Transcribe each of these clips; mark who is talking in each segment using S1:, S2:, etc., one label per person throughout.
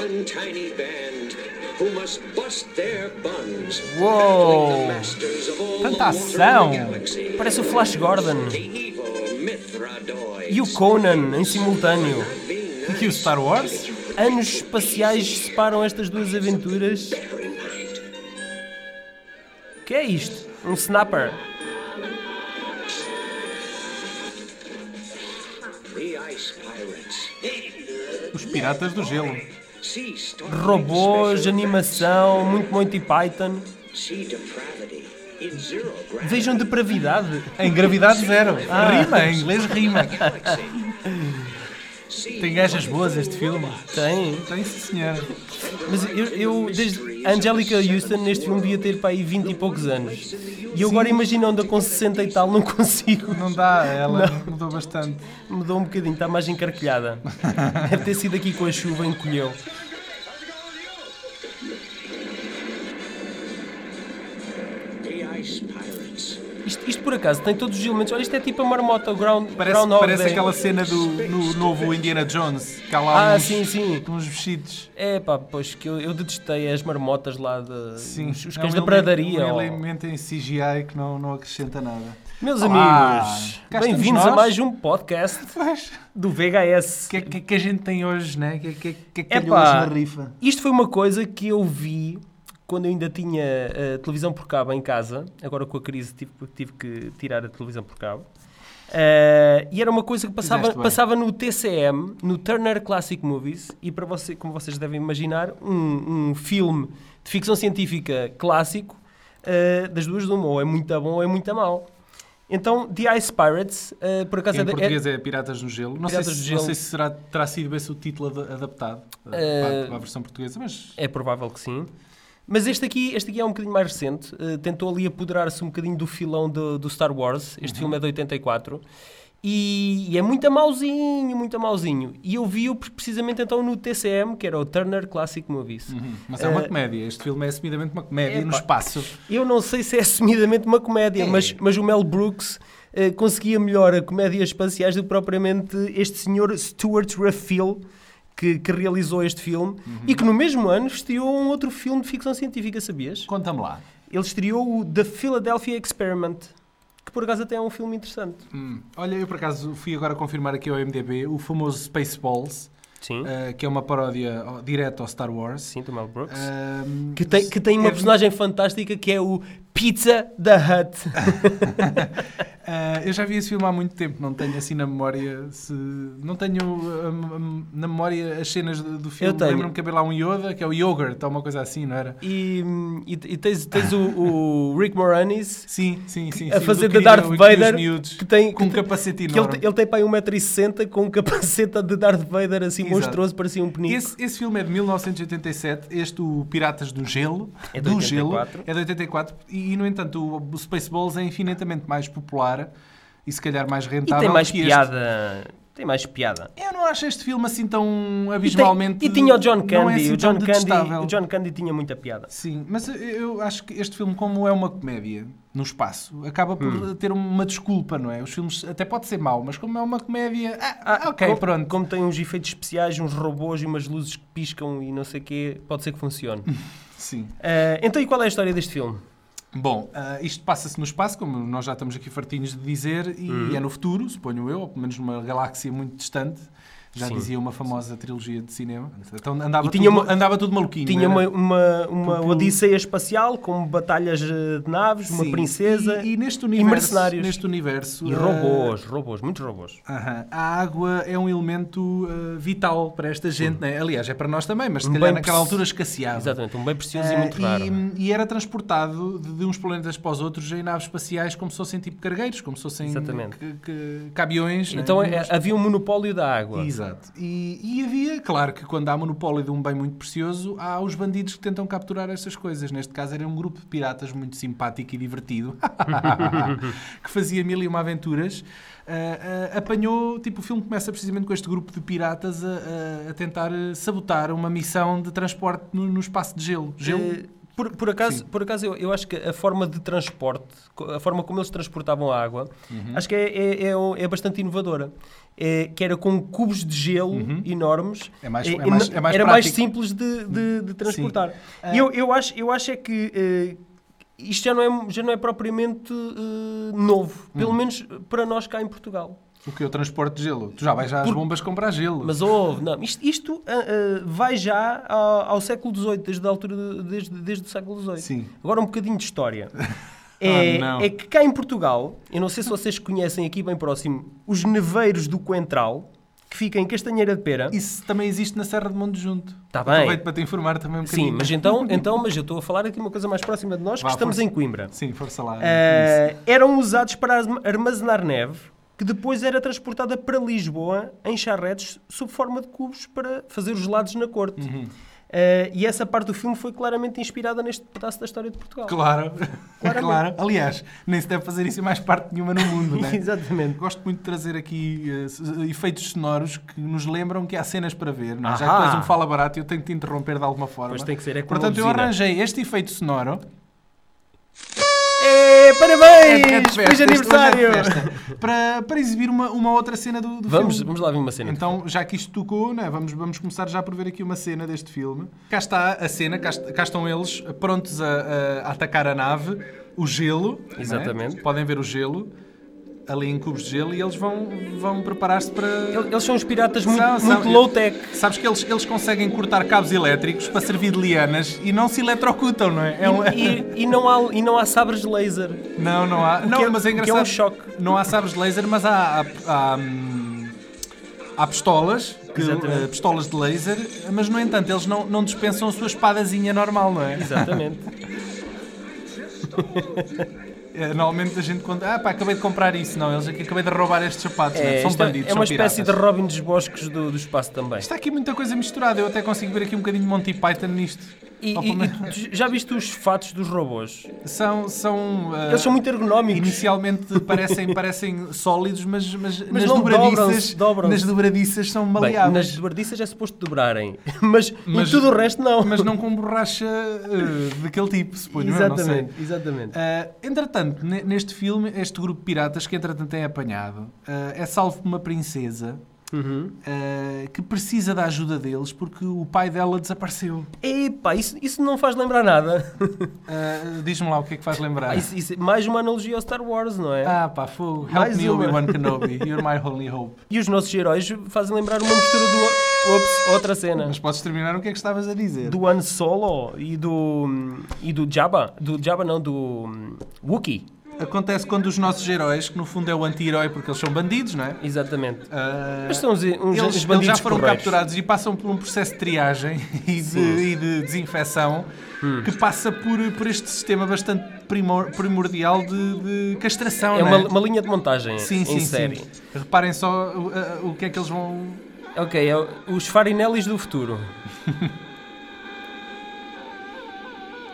S1: one tiny band who must bust their buns.
S2: Uou!
S1: battling the masters of all
S2: Oh, Tanta
S1: the water in the
S2: ação!
S1: galaxy.
S2: Parece o Flash Gordon
S1: The evil Mithradoids.
S2: e o Conan em simultâneo.
S1: Being
S2: E o Star Wars? Anos espaciais separam estas duas aventuras. O que é isto? Um snapper?
S1: the ice pirates.
S3: Os Piratas do Gelo.
S1: See Star
S2: Robôs, animação, muito Monty Python.
S1: See depravity in zero gravity.
S2: Vejam depravidade.
S3: Em gravidade zero.
S2: Ah.
S3: Rima, em inglês rima.
S1: See
S3: Tem gajas boas este filme.
S2: Tem.
S3: Tem sim senhora.
S2: Mas eu, eu desde a Angelica Houston neste filme devia ter para aí 20 e poucos anos. E eu agora imagino onda com 60 e tal, não consigo.
S3: Não dá, ela mudou bastante.
S2: Mudou um bocadinho, está mais encarquilhada. Deve ter sido aqui com a chuva, encolheu.
S1: the ice pirates.
S2: Isto, isto por acaso tem todos os elementos. Olha, isto é tipo a marmota, o ground, é.
S3: Parece,
S2: groundhog
S3: parece
S2: Day.
S3: aquela cena do no novo Indiana Jones. Que há lá
S2: Ah,
S3: uns,
S2: sim, sim.
S3: uns vestidos.
S2: É pá, pois que eu, eu detestei as marmotas lá de.
S3: Sim.
S2: Os, os
S3: É
S2: cães
S3: um
S2: da
S3: ele-
S2: pradaria.
S3: Um
S2: ó.
S3: elemento em CGI que não, não acrescenta nada.
S2: Meus
S3: Olá,
S2: amigos,
S3: Ah, cá estamos
S2: bem-vindos a
S3: nós.
S2: mais um podcast
S3: Pois.
S2: do VHS.
S3: O que, é- que é que a gente tem hoje, né? O que, é- que, é- que é que calhou hoje
S2: Epá,
S3: na rifa?
S2: isto foi uma coisa que eu vi quando eu ainda tinha eh, televisão por cabo em casa. Agora com a crise tive, tive que tirar a televisão por cabo. Eh, e era uma coisa que passava,
S3: Fizeste bem.
S2: passava no TCM, no Turner Classic Movies, e para você, como vocês devem imaginar, um, um filme de ficção científica clássico, eh, das duas de uma, ou é muito bom ou é muito mau. Então, The Ice Pirates, eh, por acaso
S3: Em
S2: é, da- é-
S3: português é Piratas no Gelo. Não
S2: Piratas
S3: sei se,
S2: do Gelo.
S3: Não sei se será, terá sido esse o título ad- adaptado
S2: Eh,
S3: à, à versão portuguesa, mas
S2: É provável que sim. Mas este aqui, este aqui é um bocadinho mais recente. eh, tentou ali apoderar-se um bocadinho do filão do, do Star Wars. Este filme é de 84. E, e é muito a mauzinho, muito a mauzinho. E eu vi-o pre- precisamente então no TCM, que era o Turner Classic Movies.
S3: Uhum, Mas é uma
S2: Eh,
S3: comédia. Este filme é assumidamente uma comédia
S2: Epá.
S3: no espaço.
S2: Eu não sei se é assumidamente uma comédia, mas, mas o Mel Brooks eh, conseguia melhor a comédia espaciais do que propriamente este senhor Stuart Raffil, que, que realizou este filme e que no mesmo ano estreou um outro filme de ficção científica, sabias?
S3: Conta-me lá.
S2: Ele estreou o The Philadelphia Experiment, que por acaso até é um filme interessante.
S3: Hum, Olha, eu por acaso fui agora confirmar aqui ao MDB o famoso Spaceballs,
S2: Sim.
S3: eh, que é uma paródia ao- direta ao Star Wars.
S2: Hum? Sim, do Mel Brooks.
S3: eh, Ahm,
S2: que, tem, que tem uma
S3: é-
S2: personagem fantástica que é o Pizza da Hut.
S3: Ah, eu já vi esse filme há muito tempo, não tenho assim na memória. se- Não tenho ah, ah, na memória as cenas do, do filme.
S2: Eu tenho.
S3: Lembro-me que havia lá um Yoda, que é o Yogurt, ou uma coisa assim, não era?
S2: E, e, e tens, tens o, o Rick Moranis,
S3: Sim, sim, sim.
S2: A
S3: sim,
S2: fazer
S3: do
S2: de
S3: querido-
S2: Darth
S3: o- os
S2: Vader,
S3: miúdos,
S2: que tem-
S3: Com um
S2: que tem-
S3: capacete
S2: que ele,
S3: enorme.
S2: ele é tem para um aí 1,60m com um capacete de Darth Vader assim
S3: Exato.
S2: monstruoso, parecia um penico.
S3: Esse, esse filme é de 1987, este o Piratas do Gelo,
S2: É de
S3: do
S2: 84.
S3: Gelo, é de 84, e, e, no entanto o, o Spaceballs é infinitamente mais popular e se calhar mais
S2: E
S3: rentável.
S2: tem mais
S3: que este.
S2: piada. Tem mais piada.
S3: Eu não acho este filme assim tão
S2: E, tem-
S3: abismalmente...
S2: e tinha o John Candy.
S3: não é assim
S2: o, John Candy
S3: tão detestável.
S2: o John Candy tinha muita piada.
S3: Sim, mas eu- eu acho que este filme, como é uma comédia no espaço, acaba por
S2: Hum.
S3: ter uma desculpa, não é? Os filmes até pode ser mau, mas como é uma comédia. Ah, ok,
S2: como,
S3: pronto.
S2: Como tem uns efeitos especiais, uns robôs e umas luzes que piscam e não sei o quê, pode ser que funcione.
S3: Hum. Sim.
S2: Eh, então, e qual é a história deste filme?
S3: Bom, ah, isto passa-se no espaço, como nós já estamos aqui fartinhos de dizer, e
S2: Uhum.
S3: é no futuro, suponho eu, ou pelo menos numa galáxia muito distante. Já
S2: Sim.
S3: dizia uma famosa trilogia de cinema. Então andava,
S2: E tinha
S3: tudo,
S2: uma-
S3: andava tudo maluquinho.
S2: Tinha
S3: não
S2: uma,
S3: era?
S2: uma, uma
S3: Porque o-
S2: odisseia espacial com batalhas eh, de naves, uma
S3: Sim.
S2: princesa
S3: E, e neste universo.
S2: mercenários.
S3: neste universo
S2: e
S3: ah,
S2: robôs, robôs, muitos robôs.
S3: Aham. A água é um elemento ah, vital para esta gente, né? aliás, é para nós também, mas se
S2: Um
S3: calhar
S2: bem
S3: naquela
S2: preci-
S3: altura escasseava.
S2: Exatamente, um bem precioso e
S3: Ah,
S2: muito raro. é?
S3: e, e era transportado de, de uns planetas para os outros em naves espaciais, como se fossem tipo cargueiros, como se fossem
S2: Exatamente.
S3: que- que- caminhões. né?
S2: Então é- eh,
S3: Mas-
S2: havia um monopólio da água.
S3: Exato. E, e havia, claro que quando há monopólio de um bem muito precioso, há os bandidos que tentam capturar essas coisas. Neste caso era um grupo de piratas muito simpático e divertido, que fazia mil e uma aventuras. Ah, ah, apanhou, tipo, o filme começa precisamente com este grupo de piratas a, a- a tentar eh, sabotar uma missão de transporte no, no espaço de gelo. Gelo?
S2: Eh, Por, por acaso,
S3: Sim.
S2: por acaso eu, eu acho que a forma de transporte, co- a forma como eles transportavam a água,
S3: Uhum.
S2: acho que é, é, é, um- é bastante inovadora. É, que era com cubos de gelo enormes.
S3: É mais-
S2: E-
S3: é
S2: e
S3: mais-
S2: não-
S3: é mais
S2: era mais
S3: prático.
S2: simples de, de, de transportar. E eu, eu, acho, eu acho é que eh, isto já não é, já não é propriamente eh, novo.
S3: Uhum.
S2: Pelo menos para nós cá em Portugal.
S3: O que eu transporte de gelo. Tu já vais às
S2: Por-
S3: bombas comprar gelo.
S2: Mas houve, não, isto, isto, ah, ah, vai já ao, ao século XVIII, desde, a altura de- desde, desde o século XVIII.
S3: Sim. Ah,
S2: Agora um bocadinho de história. É,
S3: não.
S2: é que cá em Portugal, eu não sei se vocês conhecem aqui bem próximo, os neveiros do Coentral, que fica em Castanheira de Pera.
S3: Isso também existe na Serra de Monte Junto.
S2: Tá bem.
S3: Aproveito para te informar também um bocadinho.
S2: Sim, mas então, então mas eu estou a falar aqui uma coisa mais próxima de nós,
S3: Vá,
S2: que estamos
S3: força.
S2: em Coimbra.
S3: Sim, força lá. é isso.
S2: Ah, eram usados para arm- armazenar neve, que depois era transportada para Lisboa em charretes sob forma de cubos para fazer os gelados na corte.
S3: Uhum.
S2: Ah, e essa parte do filme foi claramente inspirada neste pedaço da história de Portugal.
S3: Claro. claro. Aliás, nem se deve fazer isso em mais parte nenhuma no mundo, né?
S2: Exatamente.
S3: Gosto muito de trazer aqui eh, s- efeitos sonoros que nos lembram que há cenas para ver. Não? é? Já
S2: Ahá.
S3: que tu és um fala barato, eu tenho que te interromper de alguma forma.
S2: Pois tem que ser, é como
S3: Portanto,
S2: uma
S3: eu
S2: buzina.
S3: arranjei este efeito sonoro.
S2: É, parabéns!
S3: É de festa,
S2: Feliz
S3: este
S2: aniversário!
S3: hoje é de festa. para, para exibir uma, uma outra cena do, do
S2: Vamos,
S3: filme.
S2: vamos lá ver uma cena.
S3: Então, já que isto tocou, né, vamos, vamos começar já por ver aqui uma cena deste filme. Cá está a cena, cá, est- cá estão eles prontos a, a atacar a nave, o gelo. né?
S2: Exatamente.
S3: Podem ver o gelo ali em cubos de gelo e eles vão, vão preparar-se para.
S2: Eles são uns piratas muito,
S3: São, são.
S2: muito low-tech.
S3: Sabes que eles, eles conseguem cortar cabos elétricos para servir de lianas e não se eletrocutam, não é? É um-
S2: E, e não há, e não há sabres de laser.
S3: Não, não há. Não,
S2: que é-
S3: mas é
S2: o que é um
S3: engraçado.
S2: choque.
S3: Não há sabres de laser, mas há. há, há, hum, há pistolas, que,
S2: Exatamente.
S3: eh, pistolas de laser, mas no entanto eles não, não dispensam a sua espadazinha normal, não é?
S2: Exatamente.
S3: Eh, Normalmente a gente conta, ah pá, acabei de comprar isso, não, eles aqui acabei de roubar estes sapatos, não é?
S2: É,
S3: são
S2: isto é-
S3: bandidos,
S2: é uma
S3: são
S2: espécie de
S3: piratas.
S2: Robin dos Bosques do, do espaço também.
S3: Está aqui muita coisa misturada, eu até consigo ver aqui um bocadinho de Monty Python nisto.
S2: E,
S3: Ou
S2: e-
S3: pelo menos-
S2: e tu já viste os fatos dos robôs?
S3: São. são eh,
S2: Eles são muito ergonómicos.
S3: Inicialmente parecem, parecem sólidos, mas, mas, nas
S2: não,
S3: dobradiças
S2: dobram-se, dobram-se.
S3: nas dobradiças são
S2: Bem,
S3: maleáveis.
S2: nas dobradiças é suposto dobrarem, mas,
S3: Mas-
S2: em tudo o resto não.
S3: mas não com borracha eh, daquele tipo, suponho eu, não sei.
S2: exatamente, exatamente.
S3: Ah, entretanto, ne- neste filme, este grupo de piratas que entretanto é apanhado ah, é salvo por uma princesa
S2: Uhum.
S3: ah, que precisa da ajuda deles porque o pai dela desapareceu.
S2: Epá, isso, isso não faz lembrar nada.
S3: Ah, Diz-me lá o que é que faz lembrar.
S2: Ah, isso- isso é mais uma analogia ao Star Wars, não é?
S3: Ah, pá, fogo. Help
S2: Mais
S3: me,
S2: uma.
S3: Obi-Wan Kenobi. You're my only hope.
S2: E os nossos heróis fazem lembrar uma mistura do. Ops, outra cena.
S3: Mas podes terminar o que é que estavas a dizer.
S2: Do Han Solo e do. e do Jabba. Do Jabba, não, do. hum, Wookiee.
S3: Acontece quando os nossos heróis, que no fundo é o anti-herói porque eles são bandidos, não é?
S2: Exatamente.
S3: Ah,
S2: Mas são uns, uns,
S3: Eles,
S2: uns
S3: eles
S2: bandidos
S3: já foram
S2: porreiros.
S3: capturados e passam por um processo de triagem e de, e de desinfecção
S2: Hum.
S3: que passa por, por este sistema bastante primor- primordial de, de castração.
S2: É
S3: não
S2: uma,
S3: é?
S2: uma linha de montagem
S3: sim,
S2: em
S3: sim,
S2: série.
S3: sim. Reparem só o, a- o que é que eles vão.
S2: Ok, é o- os Farinellis do futuro.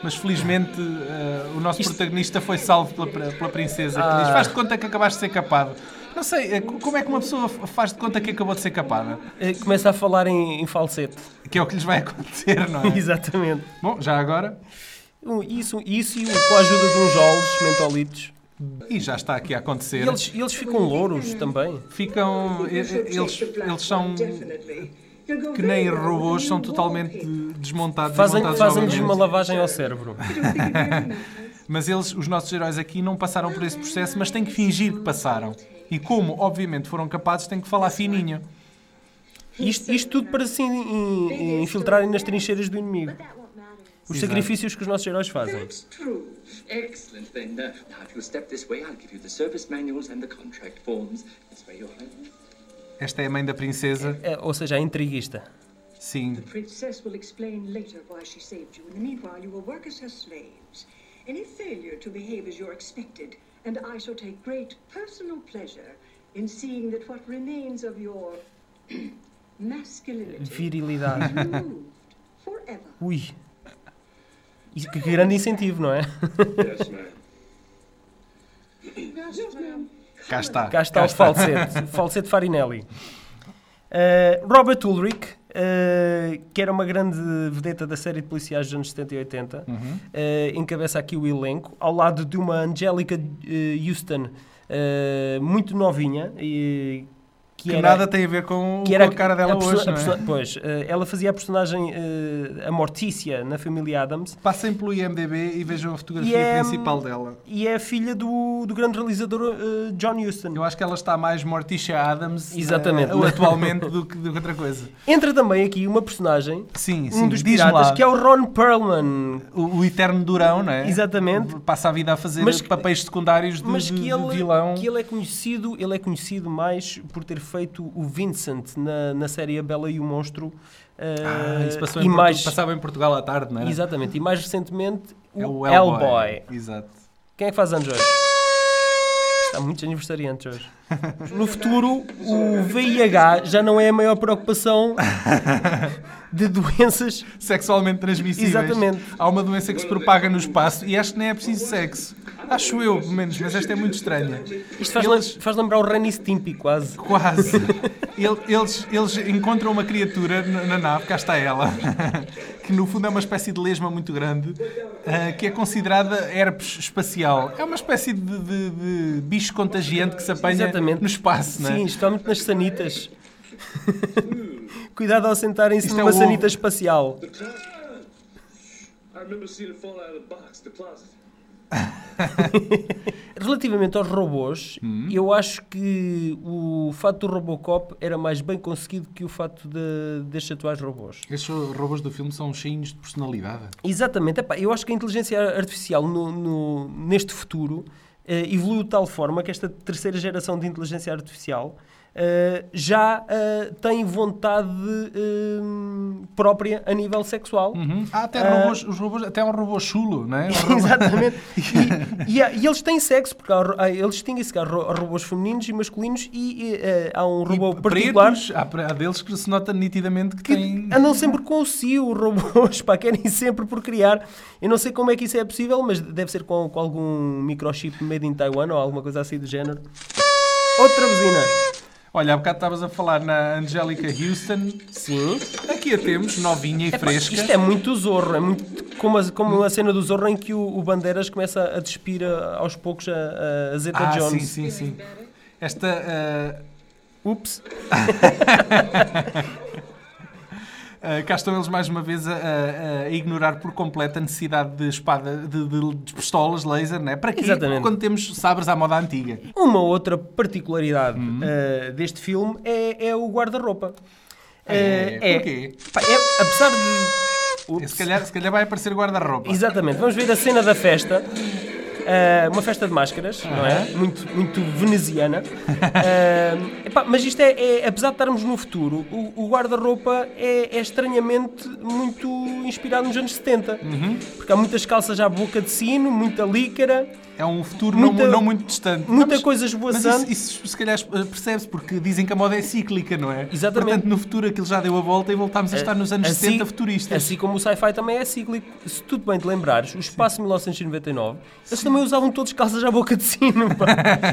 S3: Mas felizmente eh, o nosso protagonista foi salvo pela, pela- pela princesa que
S2: Ah.
S3: diz: Faz de conta que acabaste de ser capado. Não sei, eh, co- como é que uma pessoa f- faz de conta que acabou de ser capada?
S2: Eh, Começa a falar em, em falsete.
S3: Que é o que lhes vai acontecer, não é?
S2: Exatamente.
S3: Bom, já agora.
S2: Um, Isso, isso e o- com a ajuda de uns olhos mentolitos.
S3: E já está aqui a acontecer.
S2: E eles, e eles ficam louros também.
S3: ficam. e- e- Eles, eles são que nem robôs, são totalmente desmontados. e
S2: Fazem-
S3: montados
S2: Fazem-lhes
S3: novamente.
S2: uma lavagem ao cérebro.
S3: Mas eles, os nossos heróis aqui, não passaram por esse processo, mas têm que fingir que passaram. E como, obviamente, foram capazes, têm que falar fininho.
S2: Isto, isto tudo para se in- in- infiltrarem nas trincheiras do inimigo. Os sacrifícios que os nossos heróis fazem.
S4: That's true. Excellent, then. Uh, now, if you step this way, I'll give you the service manuals and the contract forms. This way, Your Highness.
S3: Esta é a mãe da princesa.
S2: É, ou seja, a intriguista.
S3: Sim.
S5: Princess will explain later why she saved you. In the meanwhile, you will work as her slaves. Any failure to behave as you're expected, and I shall take great personal pleasure in seeing that what remains of your masculinity
S2: Virilidade.
S5: is removed forever.
S2: Ui. Isso- Que grande incentivo, não é?
S1: Yes, ma'am.
S5: Yes, ma'am.
S3: Cá está.
S2: Cá está o falsete. Falsete Farinelli. Eh, Robert Ulrich, eh, eh, que era uma grande vedeta da série de policiais dos anos 70 e 80,
S3: Uhum.
S2: eh, encabeça aqui o elenco, ao lado de uma Angélica eh, Houston, eh, muito novinha, e que,
S3: Que
S2: era-
S3: nada tem a ver com,
S2: que era
S3: com a cara dela
S2: perso-
S3: hoje,
S2: a
S3: não é?
S2: perso- Pois, eh, ela fazia a personagem eh, a Mortícia na família Adams
S3: Passem pelo IMDB e vejam a fotografia
S2: E é-
S3: principal dela.
S2: e é a filha do, do grande realizador eh, John Huston.
S3: Eu acho que ela está mais Morticia Adams eh,
S2: Exatamente.
S3: ou atualmente do que, do que outra coisa.
S2: Entra também aqui uma personagem,
S3: Sim,
S2: um
S3: sim.
S2: dos
S3: diz
S2: piratas,
S3: lá.
S2: que é o Ron Perlman.
S3: o, o eterno Durão, não é?
S2: Exatamente.
S3: Passa a vida a fazer
S2: Mas que-
S3: papéis secundários do,
S2: Mas
S3: do-
S2: que
S3: do
S2: ele,
S3: vilão.
S2: que ele é conhecido, ele é conhecido mais por ter feito o Vincent na, na série A Bela e o Monstro. eh,
S3: Ah, isso passou
S2: e
S3: em Portu-
S2: mais,
S3: passava em Portugal à tarde, não é?
S2: Exatamente, e mais recentemente o,
S3: É o
S2: Hellboy.
S3: Hellboy. Exato.
S2: Quem é que faz anos hoje? Está muitos aniversariantes hoje. No futuro, o VIH já não é a maior preocupação de doenças.
S3: Sexualmente transmissíveis.
S2: Exatamente.
S3: Há uma doença que se propaga no espaço e acho que nem é preciso sexo. Acho eu, pelo menos, mas esta é muito estranha.
S2: Isto faz, lem- faz lembrar o Renny Stimpy, quase.
S3: Quase. Ele- Eles, eles encontram uma criatura na na nave, cá está ela, que no fundo é uma espécie de lesma muito grande, ah, que é considerada herpes espacial. É uma espécie de, de- de bicho contagiante que se apanha
S2: Exatamente.
S3: no espaço, não é?
S2: Sim, está muito nas sanitas. Cuidado ao sentarem-se
S3: Isto é
S2: numa
S3: o ovo.
S2: sanita espacial.
S1: I remember seeing it fall out of the box, the closet.
S2: Relativamente aos robôs,
S3: Hum?
S2: eu acho que o fato do Robocop era mais bem conseguido que o fato de, destes atuais robôs.
S3: Estes robôs do filme são cheios de personalidade.
S2: Exatamente. Epá, eu acho que a inteligência artificial no- no- neste futuro eh, evoluiu de tal forma que esta terceira geração de inteligência artificial eh, já eh, tem vontade eh, própria a nível sexual.
S3: Há Hum? Ah, até robôs, os robôs, até um robô chulo, não é? Um robô-
S2: Exatamente. E, e há- e eles têm sexo, porque há, ro- há- eles distinguem-se que há ro- robôs femininos e masculinos e, eh, há um robô
S3: E
S2: particular
S3: tipo pretos, há, pre- há deles que se nota nitidamente que,
S2: que
S3: têm...
S2: andam sempre com o cio, os robôs, pá, querem sempre por criar. Eu não sei como é que isso é possível, mas deve ser com, com algum microchip made in Taiwan ou alguma coisa assim do género. Outra buzina.
S3: Olha, há bocado estavas a falar na Angélica Houston.
S2: Sim.
S3: Aqui a temos, novinha e
S2: Epá,
S3: fresca.
S2: Isto é muito zorro, é muito como a, como a cena do zorro em que o, o Bandeiras começa a despir a- aos poucos a, a Zeta
S3: Ah,
S2: Jones.
S3: sim, sim, sim. Esta, ah,
S2: Ups.
S3: ah, cá estão eles mais uma vez a, a- a ignorar por completo a necessidade de espada, de, de- de pistolas laser, não é? Para quê?
S2: Exatamente.
S3: Quando temos sabres à moda antiga.
S2: Uma outra particularidade
S3: Uhum.
S2: eh, deste filme é, é o guarda-roupa. Eh,
S3: É, porquê?
S2: pá, é- apesar de. Ups.
S3: Se calhar, se calhar vai aparecer guarda-roupa.
S2: Exatamente, vamos ver a cena da festa. Ah, uma festa de máscaras, não é? Muito, muito veneziana. Ah, epá, mas isto é, é- apesar de estarmos no futuro, o, o guarda-roupa é, é estranhamente muito inspirado nos anos 70.
S3: Uhum.
S2: Porque há muitas calças à boca de sino, muita lícara,
S3: É um futuro não
S2: Muita-
S3: mu- não, muito distante.
S2: muita
S3: Mas-
S2: coisa esvoaçante.
S3: Mas isso, isso se calhar eh, percebe-se, porque dizem que a moda é cíclica, não é?
S2: Exatamente.
S3: Portanto, no futuro aquilo já deu a volta e voltámos a estar nos anos
S2: Assim-
S3: 70 futuristas.
S2: Assim como o sci-fi também é cíclico. Se tu bem te lembrares, o espaço 1999, eles também usavam todos calças à boca de sino. pá.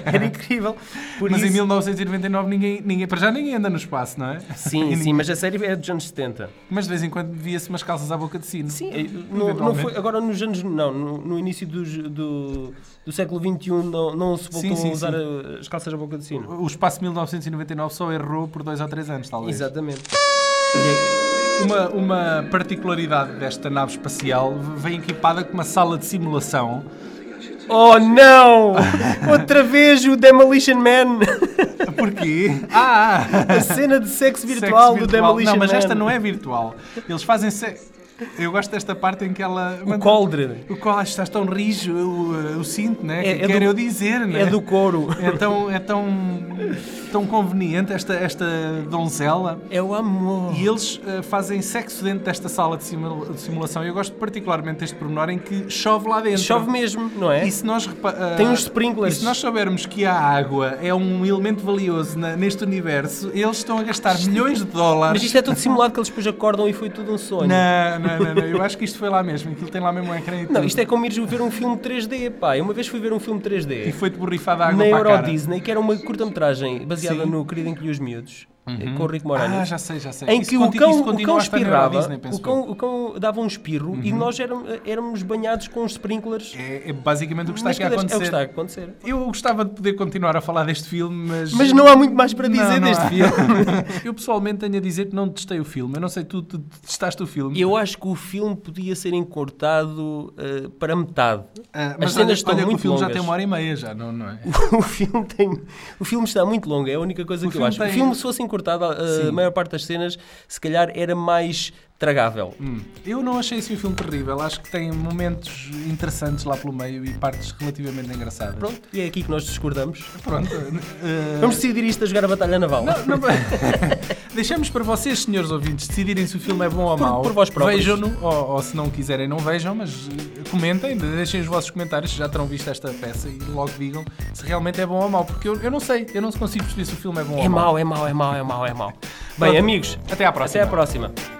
S2: Era incrível. Por
S3: Mas em
S2: isso-
S3: 1999 ninguém, ninguém, para já ninguém anda no espaço, não é?
S2: Sim, sim, mas a série é dos anos 70.
S3: Mas de vez em quando via-se umas calças à boca de sino.
S2: Sim, eh, não, não foi, agora nos anos. Não, no, no início dos- do, do século XXI não, não se voltou
S3: Sim, sim,
S2: a usar
S3: sim.
S2: eh, as calças à boca de sino.
S3: O espaço 1999 só errou por dois ou três anos, talvez.
S2: Exatamente. é-
S3: Uma, uma particularidade desta nave espacial vem equipada com uma sala de simulação.
S2: Oh não! Outra vez o Demolition Man!
S3: Porquê? Ah!
S2: A cena de sexo
S3: Sexo
S2: virtual, do
S3: virtual.
S2: Demolition Man.
S3: Não, mas esta não é virtual. Eles fazem sexo. Eu gosto desta parte em que ela.
S2: O coldre.
S3: O colo, estás tão rijo, o, o cinto, né?
S2: É-
S3: que
S2: é
S3: quero
S2: do-
S3: eu dizer, né?
S2: É do couro.
S3: É tão, é tão, tão conveniente esta, esta donzela.
S2: É o amor.
S3: E eles eh, fazem sexo dentro desta sala de, simula- de simulação. Eu gosto particularmente deste pormenor em que chove lá dentro.
S2: Chove mesmo, não é?
S3: E se nós repa- eh,
S2: Tem uns sprinklers.
S3: E se nós soubermos que a água é um elemento valioso na- neste universo, eles estão a gastar milhões de dólares.
S2: Mas isto é tudo simulado que eles depois acordam e foi tudo um sonho.
S3: Não, não, não, não. Eu acho que isto foi lá mesmo. Aquilo tem lá mesmo um ecrã e
S2: Não,
S3: tudo.
S2: isto é como ires ver um filme 3D, pá. Eu uma vez fui ver um filme 3D.
S3: E foi-te borrifada a água
S2: na
S3: para a
S2: Euro
S3: cara.
S2: Disney, que era uma curta-metragem baseada
S3: Sim.
S2: no Querido Encolher os Miúdos. eh, com o Rick Moranis.
S3: Ah, já sei, já sei.
S2: Em
S3: Isso
S2: que o
S3: conti-
S2: cão,
S3: isso
S2: o
S3: continua
S2: cão
S3: a estar na
S2: espirrava,
S3: Disney, penso Uhum.
S2: o, cão, o cão dava um espirro e nós éram- éramos, banhados com uns sprinklers.
S3: É, é basicamente o que está
S2: Mas
S3: aqui a
S2: cadê-
S3: acontecer.
S2: É o que está a acontecer.
S3: Eu gostava de poder continuar a falar deste filme, mas.
S2: Mas não há muito mais para
S3: Não,
S2: dizer
S3: não
S2: deste
S3: há.
S2: filme.
S3: eu pessoalmente tenho a dizer que não detestei o filme. Eu não sei, tu, tu detestaste o filme.
S2: Eu acho que o filme podia ser encurtado eh, para metade.
S3: Ah,
S2: As cenas
S3: olha,
S2: estão
S3: olha que
S2: muito
S3: o filme já
S2: longas.
S3: tem uma hora e meia, já, não, não é?
S2: o filme tem o filme está muito longo é a única coisa
S3: O
S2: que eu
S3: filme
S2: acho o
S3: tem-
S2: filme se fosse encurtado a- a
S3: Sim.
S2: maior parte das cenas se calhar era mais tragável
S3: Hum. Eu não achei esse um filme terrível. Acho que tem momentos interessantes lá pelo meio e partes relativamente engraçadas.
S2: pronto e é aqui que nós discordamos
S3: Pronto. eh,
S2: vamos decidir isto a jogar a batalha naval
S3: Não, não- Deixamos para vocês, senhores ouvintes, decidirem se o filme é bom ou
S2: Por-
S3: mau.
S2: por vós próprios.
S3: Vejam-no, ou, ou se não quiserem, não vejam, mas eh, comentem, deixem os vossos comentários se já terão visto esta peça e logo digam se realmente é bom ou mau, porque eu, eu não sei, eu não consigo perceber se o filme é bom
S2: é
S3: ou mau.
S2: mau é mau é mau é mau é mau bem
S3: Pronto.
S2: amigos
S3: Até à próxima.
S2: até à próxima